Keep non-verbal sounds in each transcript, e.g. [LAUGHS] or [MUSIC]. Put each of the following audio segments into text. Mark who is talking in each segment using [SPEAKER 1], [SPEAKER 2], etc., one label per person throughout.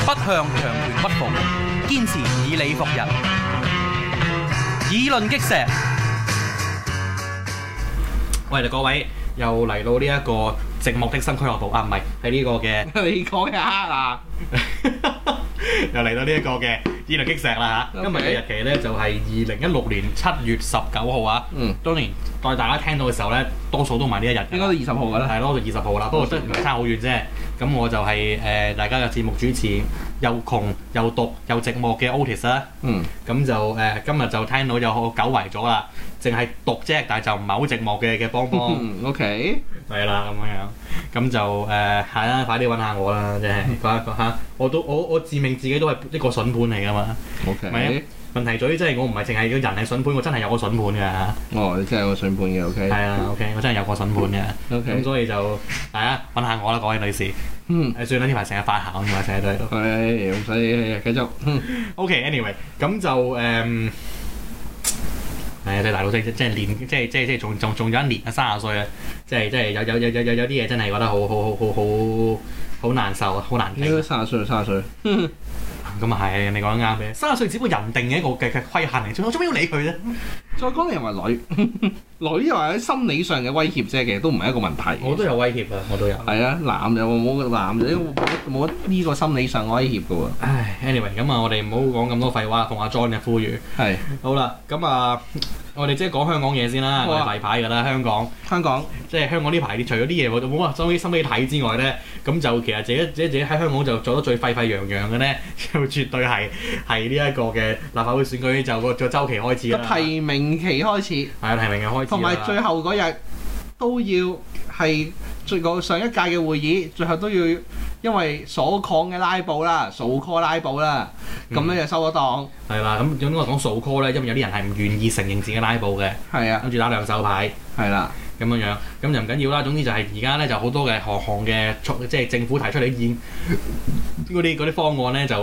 [SPEAKER 1] 向強權屈服，堅持以理服人，以論擊石。喂，各位又嚟到呢一個寂寞的新俱樂部啊，唔係係呢個嘅 [LAUGHS]
[SPEAKER 2] [LAUGHS] 你講嘅黑啊，
[SPEAKER 1] 又嚟到呢一個嘅以論擊石啦嚇。今日
[SPEAKER 2] OK
[SPEAKER 1] 嘅日期咧就係二零一六年七月十九號啊。
[SPEAKER 2] 嗯，
[SPEAKER 1] 當年當大家聽到嘅時候咧，多數都唔係呢一日㗎。
[SPEAKER 2] 應該都二十號㗎啦。
[SPEAKER 1] 係咯，就二十號啦，不過都唔係差好遠啫。咁我就係、呃大家嘅節目主持，又窮又毒又寂寞嘅 Otis 啦。
[SPEAKER 2] [LAUGHS] 嗯，
[SPEAKER 1] 咁就誒、呃今日就聽到有好久違咗啦，淨係毒啫，但係就唔係好寂寞嘅嘅邦邦。
[SPEAKER 2] 嗯，OK，
[SPEAKER 1] 係啦，咁樣樣，咁就誒係啦，快啲揾下我啦，真係講一講下，我都我我自命自己都係一個筍盤嚟噶嘛。
[SPEAKER 2] OK，
[SPEAKER 1] 咪問題在於真係我唔係淨係個人係筍盤，我真係有個筍盤㗎嚇。
[SPEAKER 2] 哦，你真係有個筍盤嘅，OK，
[SPEAKER 1] 係啊，OK，我真係有個筍盤嘅。咁
[SPEAKER 2] OK，
[SPEAKER 1] 所以就係啊，揾下我啦，各位女士。
[SPEAKER 2] 嗯，
[SPEAKER 1] 誒算啦，呢排成日發姣，呢排成日都喺度。
[SPEAKER 2] 係唔使繼續，嗯
[SPEAKER 1] OK，anyway，咁就誒，嗯係啊，即係大佬，即即即係年，即係即係即係仲仲仲有一年啊，三十歲啊，即係即係有有有有有有啲嘢真係覺得好好好好好好難受啊，好難
[SPEAKER 2] 應
[SPEAKER 1] 頂
[SPEAKER 2] 該
[SPEAKER 1] 啊。
[SPEAKER 2] 三十歲，三十歲，
[SPEAKER 1] 咁啊係，你講得啱嘅。三十歲只不過人定嘅一個嘅嘅規限嚟啫，我做咩要理佢啫？
[SPEAKER 2] 再講你又話女， [LAUGHS] 女又話喺心理上嘅威脅啫，其實都唔係一個問題。
[SPEAKER 1] 我都有威脅啊，我都有。
[SPEAKER 2] 係啊，男又冇男就冇冇呢個心理上嘅威脅㗎
[SPEAKER 1] 唉，anyway，咁啊，我哋唔好講咁多廢話，同阿 John 嘅呼籲。
[SPEAKER 2] 喎。係
[SPEAKER 1] 好啦，咁啊，我哋即係講香港嘢先啦，
[SPEAKER 2] 好
[SPEAKER 1] 我
[SPEAKER 2] 啊
[SPEAKER 1] 哋例牌㗎啦，香港。
[SPEAKER 2] 香港，
[SPEAKER 1] 即係香港呢排，除咗啲嘢我就冇乜心機心機睇之外咧，咁就其實自己自己自己喺香港就做得最沸沸揚揚嘅咧， [LAUGHS] 就絕對係係呢一個嘅立法會選舉就個個週期開始
[SPEAKER 2] 個
[SPEAKER 1] 啦，
[SPEAKER 2] 提名期開始。
[SPEAKER 1] 係啊提名嘅開始啦，
[SPEAKER 2] 同埋最後嗰日都要係最個上一屆嘅會議，最後都要因為所抗嘅拉布啦、數 call 拉布啦，
[SPEAKER 1] 嗯
[SPEAKER 2] 咁咧就收咗檔。
[SPEAKER 1] 係啦，咁總之我講數 call 咧，因為有啲人係唔願意承認自己拉布嘅，
[SPEAKER 2] 係啊，
[SPEAKER 1] 跟住打兩手牌。
[SPEAKER 2] 係啦，
[SPEAKER 1] 咁樣樣，咁就唔緊要啦。總之就係而家咧，就好多嘅行行嘅措即係政府提出嚟嘅意見嗰啲嗰啲方案咧，就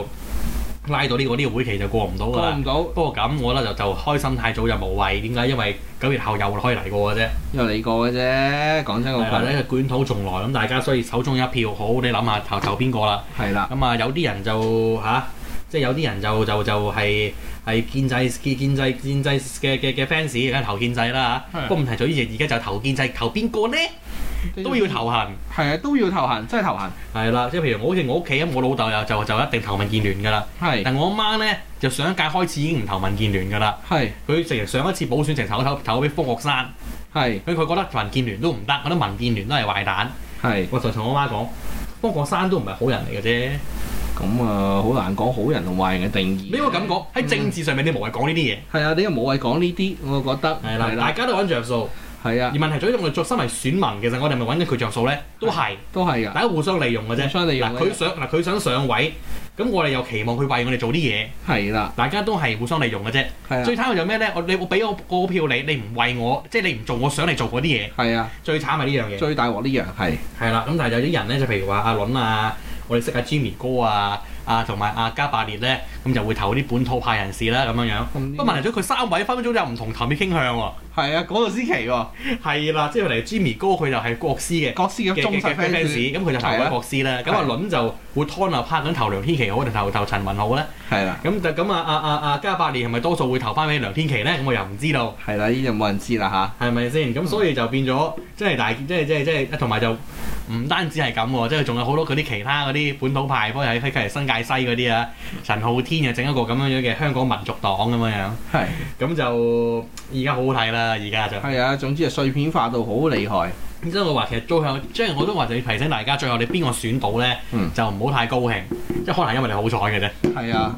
[SPEAKER 1] 拉到呢、個呢、個會期就過唔到㗎
[SPEAKER 2] 過
[SPEAKER 1] 啦
[SPEAKER 2] 唔。到
[SPEAKER 1] 不過咁，我覺得就就開心太早就無謂。點解？因為九月後又可以嚟過嘅啫。
[SPEAKER 2] 又嚟過嘅啫，講真嗰
[SPEAKER 1] 係啊啦，
[SPEAKER 2] 句
[SPEAKER 1] 咧捲土重來咁，大家所以手中一票好，你諗下投投邊個啦？
[SPEAKER 2] 係啦，
[SPEAKER 1] 咁啊，有啲人就吓、即係有啲人就就就係、係建制建建制建制嘅嘅嘅 fans，梗係投建制啦嚇。
[SPEAKER 2] 係嗯
[SPEAKER 1] 不過問題在於而家就投建制，投邊個呢？都要投行。
[SPEAKER 2] 係啊，都要投行，真係投行，
[SPEAKER 1] 係啦，即係譬如我好似我屋企咁，我老豆又就就一定投民建聯㗎啦。
[SPEAKER 2] 係
[SPEAKER 1] 但我阿媽咧就上一屆開始已經唔投民建聯㗎啦。
[SPEAKER 2] 係
[SPEAKER 1] 佢直情上一次補選成投投投俾方國山，
[SPEAKER 2] 係
[SPEAKER 1] 佢佢覺得民建聯都唔得，覺得民建聯都係壞蛋。
[SPEAKER 2] 係
[SPEAKER 1] 我就同我媽講，方國山都唔係好人嚟嘅啫。
[SPEAKER 2] 咁啊，好難講好人同壞人嘅定義。
[SPEAKER 1] 你會咁講喺政治上面，你無謂講呢啲嘢。
[SPEAKER 2] 係啊，你又冇謂講呢啲，我覺得
[SPEAKER 1] 係啦，大家都揾着數。
[SPEAKER 2] 係
[SPEAKER 1] 而
[SPEAKER 2] 啊，
[SPEAKER 1] 問題在於我哋作身為選民，其實我哋係咪揾咗佢着數咧？都係，
[SPEAKER 2] 都係
[SPEAKER 1] 大
[SPEAKER 2] 噶，
[SPEAKER 1] 家互相利用嘅啫。
[SPEAKER 2] 互相利用
[SPEAKER 1] 嗱，
[SPEAKER 2] 嘅
[SPEAKER 1] 佢想嗱佢想上位，咁我哋又期望佢為我哋做啲嘢，
[SPEAKER 2] 係啦，
[SPEAKER 1] 大家都係互相利用嘅啫。
[SPEAKER 2] 係啊
[SPEAKER 1] 最，慘嘅就咩咧？我你我俾我個票你，你唔為我，即係你唔做我想你做嗰啲嘢，
[SPEAKER 2] 係啊。
[SPEAKER 1] 最慘係呢樣嘢。
[SPEAKER 2] 最大鑊呢樣係
[SPEAKER 1] 係啦，咁但係有啲人咧，就譬如話阿倫啊，我哋識阿 Jimmy 哥啊，啊同埋阿加百列咧，咁就會投啲本土派人士啦，咁樣樣。
[SPEAKER 2] 咁
[SPEAKER 1] 不過問題咗佢三位分分鐘有唔同投票傾向喎。
[SPEAKER 2] 係啊，嗰度先奇喎，
[SPEAKER 1] 係啦，即係嚟 Jimmy 哥佢就係國師嘅。
[SPEAKER 2] 國師
[SPEAKER 1] 嘅
[SPEAKER 2] 嘅忠
[SPEAKER 1] 嘅嘅
[SPEAKER 2] 實 fans，
[SPEAKER 1] fans，咁佢就投
[SPEAKER 2] 係
[SPEAKER 1] 咗
[SPEAKER 2] 啊
[SPEAKER 1] 國師啦。咁阿
[SPEAKER 2] 係
[SPEAKER 1] 倫就會 turn up 咁投梁天琪好定投投陳雲好咧？
[SPEAKER 2] 係啦，
[SPEAKER 1] 咁就咁啊啊啊啊加百列係咪多數會投翻俾梁天琪咧？咁我又唔知道。
[SPEAKER 2] 係啦，呢就冇人知啦吓，
[SPEAKER 1] 係咪先？咁所以就變咗，即係大，即係即係即係，同埋就唔單止係咁喎，即係仲有好多嗰啲其他嗰啲本土派，包括喺喺喺新界西嗰啲啊，陳浩天又整一個咁樣樣嘅香港民族黨咁樣樣，
[SPEAKER 2] 係
[SPEAKER 1] 咁就而家好好睇啦，而家就。
[SPEAKER 2] 係啊，總之係碎片化到好厲害，
[SPEAKER 1] 咁所以我話其實最後，即係我都話就要提醒大家，最後你邊個選到咧，
[SPEAKER 2] 嗯
[SPEAKER 1] 就唔好太高興，即係可能因為你好彩嘅啫。
[SPEAKER 2] 係啊，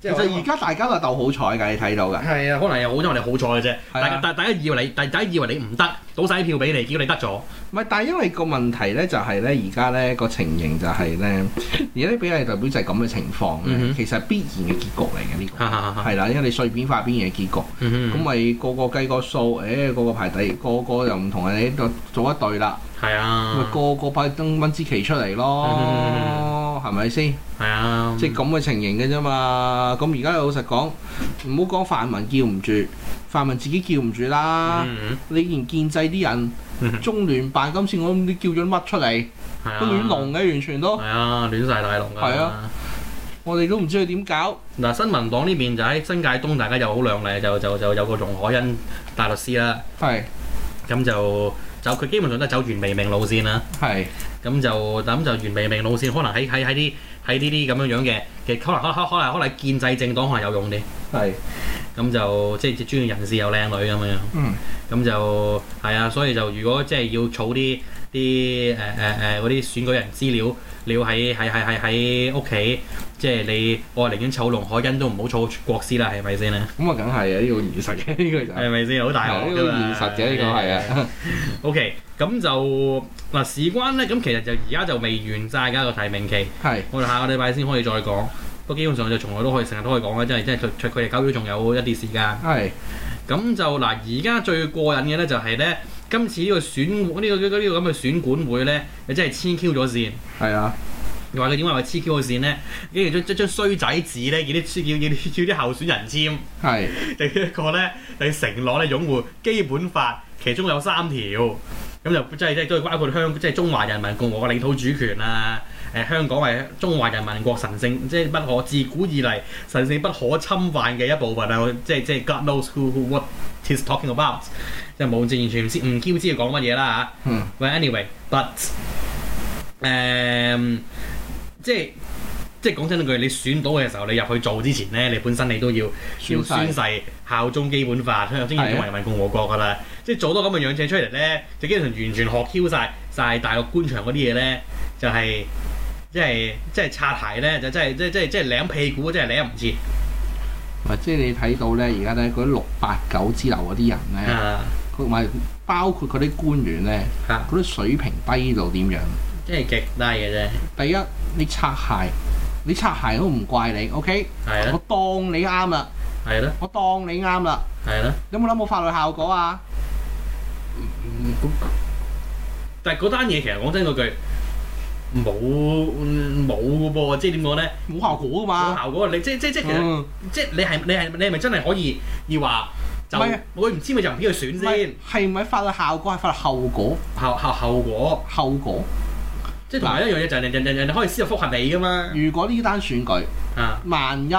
[SPEAKER 1] 即
[SPEAKER 2] 其
[SPEAKER 1] 啊
[SPEAKER 2] 實而家大家都係鬥好彩㗎，你睇到㗎，
[SPEAKER 1] 係啊，可能又好因為你好彩嘅啫。
[SPEAKER 2] 係啊
[SPEAKER 1] 大家大大家以為你，大大家以為你唔得，倒晒啲票俾你，結果你得 [LAUGHS] 咗。
[SPEAKER 2] 唔係，但係因為個問題咧就係咧，而家咧個情形就係咧，而家啲比例代表就係咁嘅情況呢
[SPEAKER 1] 嗯哼啊
[SPEAKER 2] 其實係必然嘅結局嚟嘅呢個，
[SPEAKER 1] 哈哈哈哈
[SPEAKER 2] 係啦，因為你碎片化必然嘅結局。
[SPEAKER 1] 嗯
[SPEAKER 2] 咁
[SPEAKER 1] 哼
[SPEAKER 2] 咪個個計個數，誒、個個排第，個個又唔同人哋做一對啦，
[SPEAKER 1] 係
[SPEAKER 2] 咪
[SPEAKER 1] 啊。嗯
[SPEAKER 2] 個個派登温之奇出嚟咯，係咪先？
[SPEAKER 1] 係啊，
[SPEAKER 2] 即係咁嘅情形嘅啫嘛。咁而家老實講，唔好講泛民叫唔住，泛民自己叫唔住啦。
[SPEAKER 1] 嗯
[SPEAKER 2] 你連建制啲人，
[SPEAKER 1] 嗯
[SPEAKER 2] 中聯辦今次我唔知叫咗乜出嚟，
[SPEAKER 1] 係啊
[SPEAKER 2] 都亂龍嘅，完全都
[SPEAKER 1] 係啊，亂晒大龍㗎。
[SPEAKER 2] 係啊，我哋都唔知佢點搞。
[SPEAKER 1] 嗱，新民黨呢邊就喺新界東，大家又好亮麗，就就就有個容海恩大律師啦，
[SPEAKER 2] 係
[SPEAKER 1] 咁就走佢基本上都係走原微命路線啦，
[SPEAKER 2] 係
[SPEAKER 1] 咁就咁就原微命路線，可能喺喺喺啲喺呢啲咁樣樣嘅嘅，可能可可可能可能建制政黨可能有用啲，
[SPEAKER 2] 係，
[SPEAKER 1] 咁就即係專業人士又靚女咁樣樣。
[SPEAKER 2] 嗯
[SPEAKER 1] 咁就係啊，所以就如果即係要儲啲啲誒誒誒嗰啲選舉人資料，你要喺喺喺係喺屋企，即係你我寧願儲龍海欣都唔好儲國師啦，係咪先咧？
[SPEAKER 2] 咁啊，梗係啊，呢個現實嘅呢個就
[SPEAKER 1] 係咪先好大鑊
[SPEAKER 2] 呢
[SPEAKER 1] 㗎
[SPEAKER 2] 個
[SPEAKER 1] 嘛
[SPEAKER 2] 現實嘅呢個係啊，
[SPEAKER 1] [LAUGHS] OK，咁就嗱事關咧，咁其實就而家就未完晒㗎個提名期，
[SPEAKER 2] 係
[SPEAKER 1] 我哋下個禮拜先可以再講。不過基本上就從來都可以成日都可以講嘅，真係真係佢佢哋九月仲有一啲時間。
[SPEAKER 2] 係
[SPEAKER 1] 咁就嗱，而家最過癮嘅咧就係咧，今次呢個選呢、個呢、個呢、個咁嘅選管會咧，你真係黐 Q 咗線。
[SPEAKER 2] 係啊，
[SPEAKER 1] 你話佢點解話黐 Q 咗線咧？跟住將將張衰仔紙咧，要啲要要啲要啲候選人簽，
[SPEAKER 2] 係
[SPEAKER 1] 就一個咧，就承諾咧擁護基本法，其中有三條。咁就即係即係都係包括香即係中華人民共和國領土主權啊，誒、香港係中華人民國神聖即係不可自古以嚟神聖不可侵犯嘅一部分啊！我即係即係 God knows who who what he's talking about，即係冇完全唔知唔 Q 知佢講乜嘢啦嚇。
[SPEAKER 2] 嗯
[SPEAKER 1] 喂，anyway，but 誒、即係。即係講真嗰句，你選到嘅時候，你入去做之前咧，你本身你都要要
[SPEAKER 2] 宣誓
[SPEAKER 1] 宣誓效忠基本法、效忠中華人民共和國㗎啦。即係做到咁嘅樣嘢出嚟咧，就基本上完全學 Q 晒晒大陸官場嗰啲嘢咧，就係、即係即係擦鞋咧，就真係即係即係即係舐屁股，真係舐唔切
[SPEAKER 2] 咪即係你睇到咧，而家咧嗰啲六八九之流嗰啲人咧，
[SPEAKER 1] 啊
[SPEAKER 2] 同埋包括嗰啲官員咧，
[SPEAKER 1] 嚇，
[SPEAKER 2] 嗰啲水平低到點樣？
[SPEAKER 1] 即係極低嘅啫，
[SPEAKER 2] 第一，你擦鞋，你擦鞋都唔怪你，OK？
[SPEAKER 1] 係
[SPEAKER 2] 我
[SPEAKER 1] 咯
[SPEAKER 2] 當你啱啦，
[SPEAKER 1] 係咯
[SPEAKER 2] 我當你啱啦，
[SPEAKER 1] 係咯。
[SPEAKER 2] 有冇諗過法律效果啊？
[SPEAKER 1] 但係嗰單嘢其實講真嗰句冇冇嘅噃，即係點講咧？
[SPEAKER 2] 冇效果噶
[SPEAKER 1] 冇
[SPEAKER 2] 嘛？
[SPEAKER 1] 效果，你即即即其實、
[SPEAKER 2] 嗯
[SPEAKER 1] 即係你係你係你係咪真係可以要話就
[SPEAKER 2] 唔係啊
[SPEAKER 1] 我唔知咪就唔俾佢選先
[SPEAKER 2] 唔係係唔係法律效果係法律後果
[SPEAKER 1] 後後後果，
[SPEAKER 2] 後果。
[SPEAKER 1] 啊即係同埋一樣嘢就係人人人人哋可以司法覆核你噶嘛
[SPEAKER 2] 如果呢單選舉
[SPEAKER 1] 啊
[SPEAKER 2] 萬一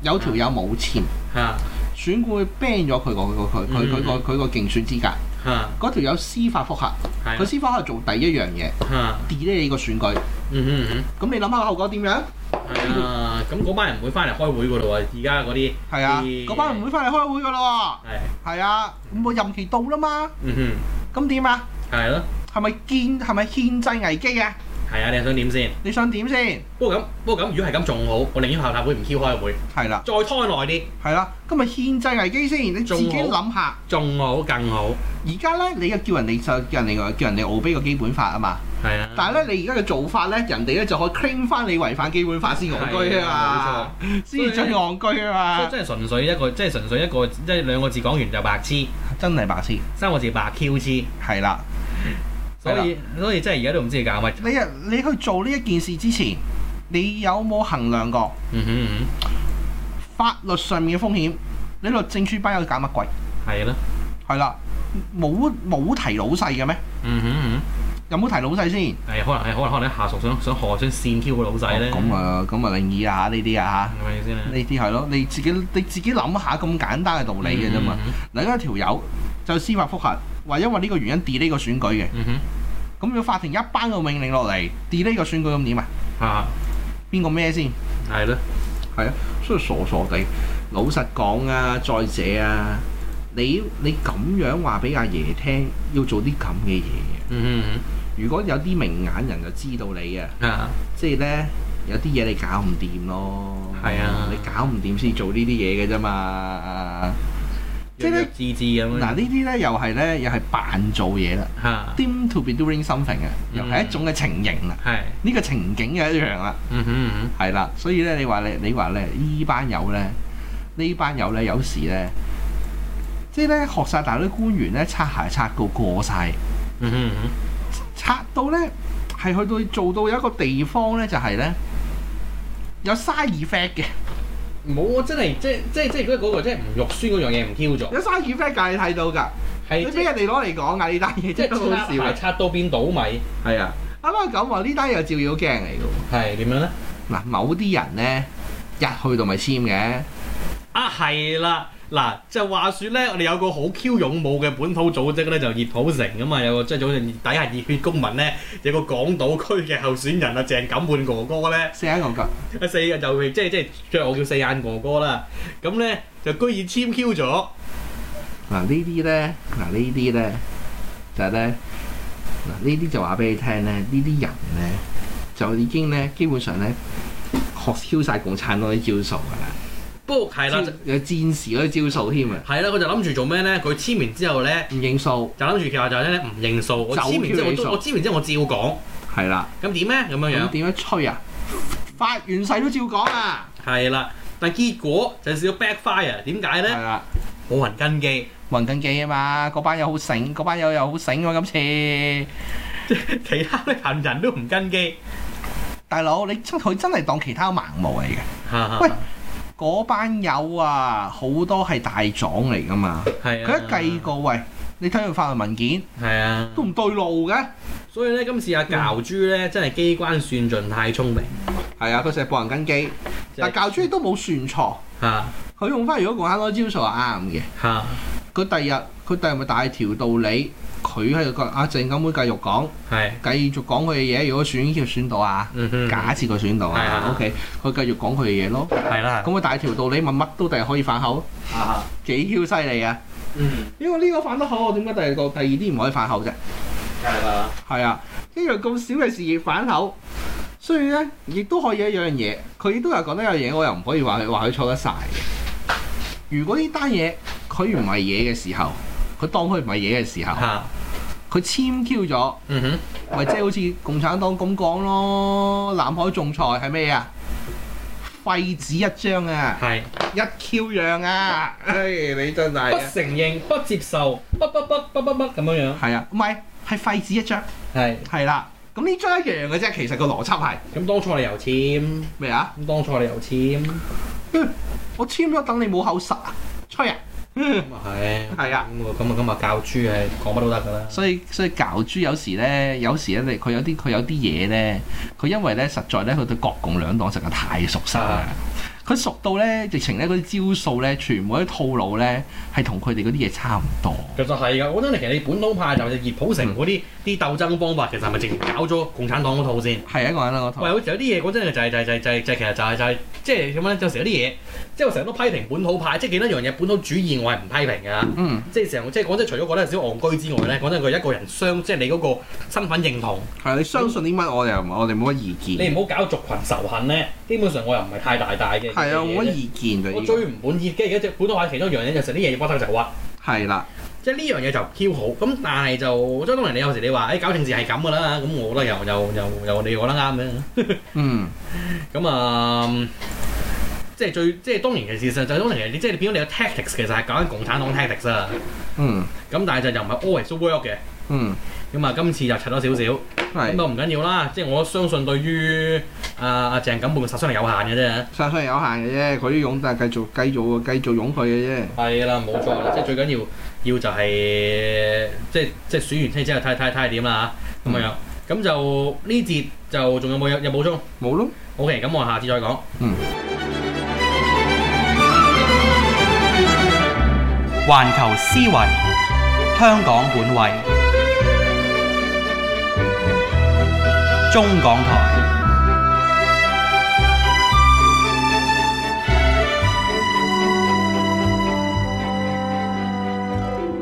[SPEAKER 2] 有條友冇錢，
[SPEAKER 1] 啊
[SPEAKER 2] 選管會 ban 咗佢個佢個佢佢佢個佢個競選資格，
[SPEAKER 1] 啊
[SPEAKER 2] 嗰條友司法覆核，
[SPEAKER 1] 係
[SPEAKER 2] 佢
[SPEAKER 1] 啊
[SPEAKER 2] 司法覆核做第一樣嘢
[SPEAKER 1] 啊
[SPEAKER 2] delay 你個選舉，
[SPEAKER 1] 嗯哼
[SPEAKER 2] 咁你諗下個後果點樣？
[SPEAKER 1] 嗯哼係啊，咁嗰班人唔會翻嚟開會噶咯喎，而家嗰啲
[SPEAKER 2] 係啊，
[SPEAKER 1] 啲
[SPEAKER 2] 嗰班唔會翻嚟開會噶啦
[SPEAKER 1] 係
[SPEAKER 2] 喎，係啊，咁我任期到啦嘛，
[SPEAKER 1] 嗯
[SPEAKER 2] 咁點啊？
[SPEAKER 1] 哼係咯
[SPEAKER 2] 係咪憲係咪憲制危機啊？
[SPEAKER 1] 係啊，你係想點先？
[SPEAKER 2] 你想點先？
[SPEAKER 1] 不過咁不過咁，如果係咁仲好，我寧願校塔會唔 Q 開會，
[SPEAKER 2] 係啦，
[SPEAKER 1] 再拖耐啲
[SPEAKER 2] 係啦，咁咪憲制危機先，你自己
[SPEAKER 1] 仲
[SPEAKER 2] 諗下。
[SPEAKER 1] 仲好更好，
[SPEAKER 2] 而家咧，你又叫人哋就叫人哋叫人哋奧卑個基本法啊嘛，
[SPEAKER 1] 係啊。
[SPEAKER 2] 但係咧，你而家嘅做法咧，人哋咧就可以 claim 翻你違反基本法先戇居啊嘛，先至最戇居
[SPEAKER 1] 所以
[SPEAKER 2] 啊嘛，
[SPEAKER 1] 真係純粹一個，即係純粹一個，即係兩個字講完就白痴，
[SPEAKER 2] 真係白痴，
[SPEAKER 1] 三個字白 Q 痴，
[SPEAKER 2] 係啦，
[SPEAKER 1] 所以所以真係而家都唔知佢搞乜。
[SPEAKER 2] 你啊你去做呢一件事之前，你有冇衡量過
[SPEAKER 1] 嗯哼嗯
[SPEAKER 2] 法律上面嘅風險？你律政處班友搞乜鬼？
[SPEAKER 1] 哼，係咯，
[SPEAKER 2] 係啦，冇冇提老細嘅咩？
[SPEAKER 1] 嗯哼嗯
[SPEAKER 2] 有冇提老細先？
[SPEAKER 1] 哼，係哎可能係可能可能啲下屬想想何想線 Q 個老細咧，
[SPEAKER 2] 哦咁啊咁啊，另議啊呢啲啊
[SPEAKER 1] 係
[SPEAKER 2] 嚇。
[SPEAKER 1] 咪先啊？
[SPEAKER 2] 呢啲係咯，你自己你自己諗下咁簡單嘅道理嘅啫
[SPEAKER 1] 嗯
[SPEAKER 2] 嘛。嗱，一條友就司法覆核，話因為呢個原因 delay 個選舉嘅，
[SPEAKER 1] 嗯哼，
[SPEAKER 2] 咁要法庭一班個命令落嚟 delay 個選舉咁點啊？
[SPEAKER 1] 嚇
[SPEAKER 2] 邊個咩先？
[SPEAKER 1] 嗯係咯，
[SPEAKER 2] 係啊，所以傻傻地，老實講啊，再者啊，你你咁樣話俾阿爺聽，要做啲咁嘅嘢嘅。
[SPEAKER 1] 嗯哼
[SPEAKER 2] 如果有啲明眼人就知道你啊，
[SPEAKER 1] 嗯哼，啊
[SPEAKER 2] 即係呢，有啲嘢你搞唔掂咯。
[SPEAKER 1] 係啊
[SPEAKER 2] 你搞唔掂先做呢啲嘢嘅啫嘛。即係咧
[SPEAKER 1] 弱弱自知咁樣啊
[SPEAKER 2] 嗱呢啲咧又係咧又係扮做嘢啦
[SPEAKER 1] 嚇，
[SPEAKER 2] ，deem to be doing something 啊，
[SPEAKER 1] 嗯
[SPEAKER 2] 又係一種嘅情形啦，
[SPEAKER 1] 係
[SPEAKER 2] 呢、個情景嘅一樣啦，
[SPEAKER 1] 嗯哼嗯
[SPEAKER 2] 係啦，所以咧你話你你話咧呢班友咧呢班友咧有時咧，即係咧學晒大陸啲官員咧擦鞋擦到過晒，
[SPEAKER 1] 哼嗯哼嗯
[SPEAKER 2] 擦到咧係去到做到有一個地方咧就係咧有 side effect 嘅，
[SPEAKER 1] 哼，冇我真係即係即係即係如果嗰個即係唔肉酸嗰樣嘢唔 Q 咗，
[SPEAKER 2] 有 side effect 㗎，你睇到㗎，
[SPEAKER 1] 係
[SPEAKER 2] 你俾
[SPEAKER 1] 即係
[SPEAKER 2] 人哋攞嚟講㗎呢單嘢
[SPEAKER 1] 即
[SPEAKER 2] 真係好
[SPEAKER 1] 係
[SPEAKER 2] 笑
[SPEAKER 1] 擦
[SPEAKER 2] 啊
[SPEAKER 1] 鞋！擦到變倒米，
[SPEAKER 2] 係啊，啱啱咁話呢單又照妖鏡嚟㗎喎。
[SPEAKER 1] 係點樣咧？
[SPEAKER 2] 嗱，某啲人咧一去到咪簽嘅，
[SPEAKER 1] 啊，係啦，嗱，就話説咧，我哋有個好 Q 勇武嘅本土組織咧，就熱普城咁啊，有個即係組成底下熱血公民咧，有個港島區嘅候選人啊，鄭錦滿哥哥咧，
[SPEAKER 2] 四眼牛角
[SPEAKER 1] 啊四就即係即係着我叫四眼哥哥啦，咁咧就居然簽 Q 咗，
[SPEAKER 2] 嗱呢啲咧，嗱呢啲咧就係咧，嗱呢啲就話俾你聽咧，呢啲人咧就已經咧基本上咧學超晒共產黨啲招數㗎啦，
[SPEAKER 1] 不過係啦，就
[SPEAKER 2] 招有戰士嗰啲招數添啊，
[SPEAKER 1] 係啦，我就諗住做咩咧？佢簽完之後咧，
[SPEAKER 2] 唔認數
[SPEAKER 1] 就諗住其實就係咧唔認數，我
[SPEAKER 2] 就
[SPEAKER 1] 簽完之後我都
[SPEAKER 2] 叫你數
[SPEAKER 1] 我簽完之後我照講，
[SPEAKER 2] 係啦，
[SPEAKER 1] 咁點咧？咁樣樣
[SPEAKER 2] 咁。點樣吹啊？發完誓都照講啊，
[SPEAKER 1] 係啦，但結果就少 backfire，點解
[SPEAKER 2] 係
[SPEAKER 1] 咧？
[SPEAKER 2] 啦。
[SPEAKER 1] 冇人跟機，
[SPEAKER 2] 雲緊記啊嘛，嗰班友好醒，嗰班友又好醒喎、今
[SPEAKER 1] 其他啲行人都唔跟機。
[SPEAKER 2] 次，大佬你真佢真係當其他盲毛嚟嘅，喂
[SPEAKER 1] 喂，
[SPEAKER 2] 嗰班友啊好多係大狀嚟噶嘛，
[SPEAKER 1] 係
[SPEAKER 2] 佢一
[SPEAKER 1] 嗯
[SPEAKER 2] 計過喂，你睇佢法律文件
[SPEAKER 1] 係啊
[SPEAKER 2] 都，唔對路嘅，
[SPEAKER 1] 所以咧今次阿教主咧真係機關算盡太聰明，
[SPEAKER 2] 係啊，佢成日博人跟機，但教主亦都冇算錯，
[SPEAKER 1] 嚇
[SPEAKER 2] 佢用翻如果共產黨招數係啱嘅，
[SPEAKER 1] 嚇
[SPEAKER 2] 佢第日佢第日咪大條道理，佢喺度講阿鄭錦妹繼續講，
[SPEAKER 1] 係，
[SPEAKER 2] 繼續講佢嘅嘢，如果選叫選到啊，
[SPEAKER 1] 嗯哼，
[SPEAKER 2] 假設佢選到
[SPEAKER 1] 係
[SPEAKER 2] 啊
[SPEAKER 1] 啊
[SPEAKER 2] ，OK，佢繼續講佢嘅嘢咯。
[SPEAKER 1] 係啦，
[SPEAKER 2] 咁佢大條道理問乜都第日可以反口，
[SPEAKER 1] 啊，
[SPEAKER 2] 幾 Q 犀利啊！
[SPEAKER 1] 嗯，
[SPEAKER 2] 因為呢個反得口，我點解第二個第二啲唔可以反口啫？
[SPEAKER 1] 係啦，
[SPEAKER 2] 係啊，一樣咁少嘅事業反口，所以咧亦都可以一樣嘢，佢亦都有講得有嘢，我又唔可以話佢話佢錯得晒嘅。如果呢單嘢佢唔係嘢嘅時候，佢當佢唔係嘢嘅時候，
[SPEAKER 1] 嚇，
[SPEAKER 2] 佢簽 Q 咗，
[SPEAKER 1] 嗯哼，
[SPEAKER 2] 咪即係好似共產黨咁講咯，南海仲裁係咩啊？廢紙一張啊，
[SPEAKER 1] 係，
[SPEAKER 2] 一 Q 樣啊！唉、你真係
[SPEAKER 1] 不
[SPEAKER 2] 啊
[SPEAKER 1] 承認，不接受，不不不不不不咁樣樣，
[SPEAKER 2] 係啊，唔係係廢紙一張，
[SPEAKER 1] 係，
[SPEAKER 2] 係啦。咁呢張一樣嘅啫，其實個邏輯係
[SPEAKER 1] 咁當初你又簽，
[SPEAKER 2] 咩啊？
[SPEAKER 1] 咁當初你又簽，
[SPEAKER 2] 我簽咗等你冇口實啊，吹啊！
[SPEAKER 1] 咁啊係，
[SPEAKER 2] 係啊
[SPEAKER 1] 咁啊咁啊咁啊教主係講乜都得㗎啦。
[SPEAKER 2] 所以所以教主有時咧，有時咧，佢有啲佢有啲嘢咧，佢因為咧實在咧，佢對國共兩黨實在太熟悉啦
[SPEAKER 1] 啊。
[SPEAKER 2] 佢熟到咧，直情咧嗰啲招數咧，全部啲套路咧，係同佢哋嗰啲嘢差唔多。
[SPEAKER 1] 其實係噶，我覺得你其實你本土派就係熱普
[SPEAKER 2] 嗯
[SPEAKER 1] 城嗰啲啲鬥爭方法，其實係咪淨搞咗共產黨嗰套先？
[SPEAKER 2] 係啊，講緊啦，我同
[SPEAKER 1] 喂，好似有啲嘢講真嘅就係就係就係就係就係其實就係就係即係點講咧？有時有啲嘢，即係我成日都批評本土派，即係幾多樣嘢本土主義我係唔批評㗎。
[SPEAKER 2] 嗯
[SPEAKER 1] 即係成日即係講真，除咗覺得有少少戇居之外咧，講真佢一個人相即係你嗰個身份認同，
[SPEAKER 2] 係啊你相信啲乜，我又唔我哋冇乜意
[SPEAKER 1] 你
[SPEAKER 2] 見。
[SPEAKER 1] 唔好搞族群仇恨咧，基本上我又唔係太大大嘅。
[SPEAKER 2] 係啊，
[SPEAKER 1] 嘅嘢
[SPEAKER 2] 冇乜
[SPEAKER 1] 啫
[SPEAKER 2] 意見就
[SPEAKER 1] 我
[SPEAKER 2] 已經
[SPEAKER 1] 最唔滿意嘅而家即係本土派其中一樣嘢，有時啲嘢要屈得就屈。
[SPEAKER 2] 係啦。
[SPEAKER 1] 即係呢樣嘢就 Q 好，咁但係就即係當然你有時你話誒、哎搞政治係咁噶啦，咁我覺得又又又又你講得啱嘅，
[SPEAKER 2] 嗯，
[SPEAKER 1] 咁啊、嗯即係最即係當然嘅事實就係當然係你即係你變咗你嘅 tactics 其實係搞緊共產黨 tactics 啊，
[SPEAKER 2] 嗯，
[SPEAKER 1] 咁但係就又唔係 always work 嘅，
[SPEAKER 2] 嗯，
[SPEAKER 1] 咁啊今次就拆咗少少，咁
[SPEAKER 2] 係，
[SPEAKER 1] 都唔緊要啦，即係我相信對於阿阿鄭錦滿嘅殺傷力有限嘅啫，
[SPEAKER 2] 殺傷力有限嘅啫，佢啲勇但係繼續繼續繼續擁佢嘅啫。
[SPEAKER 1] 係啦冇錯啦，即係最緊要要就係、即係即係選完車之後睇睇睇係點啦嚇，咁樣樣，咁就呢節就仲有冇有有補充？
[SPEAKER 2] 冇咯，
[SPEAKER 1] OK，咁我下次再講。
[SPEAKER 2] 嗯。
[SPEAKER 1] 環球思維，香港本位，中港台。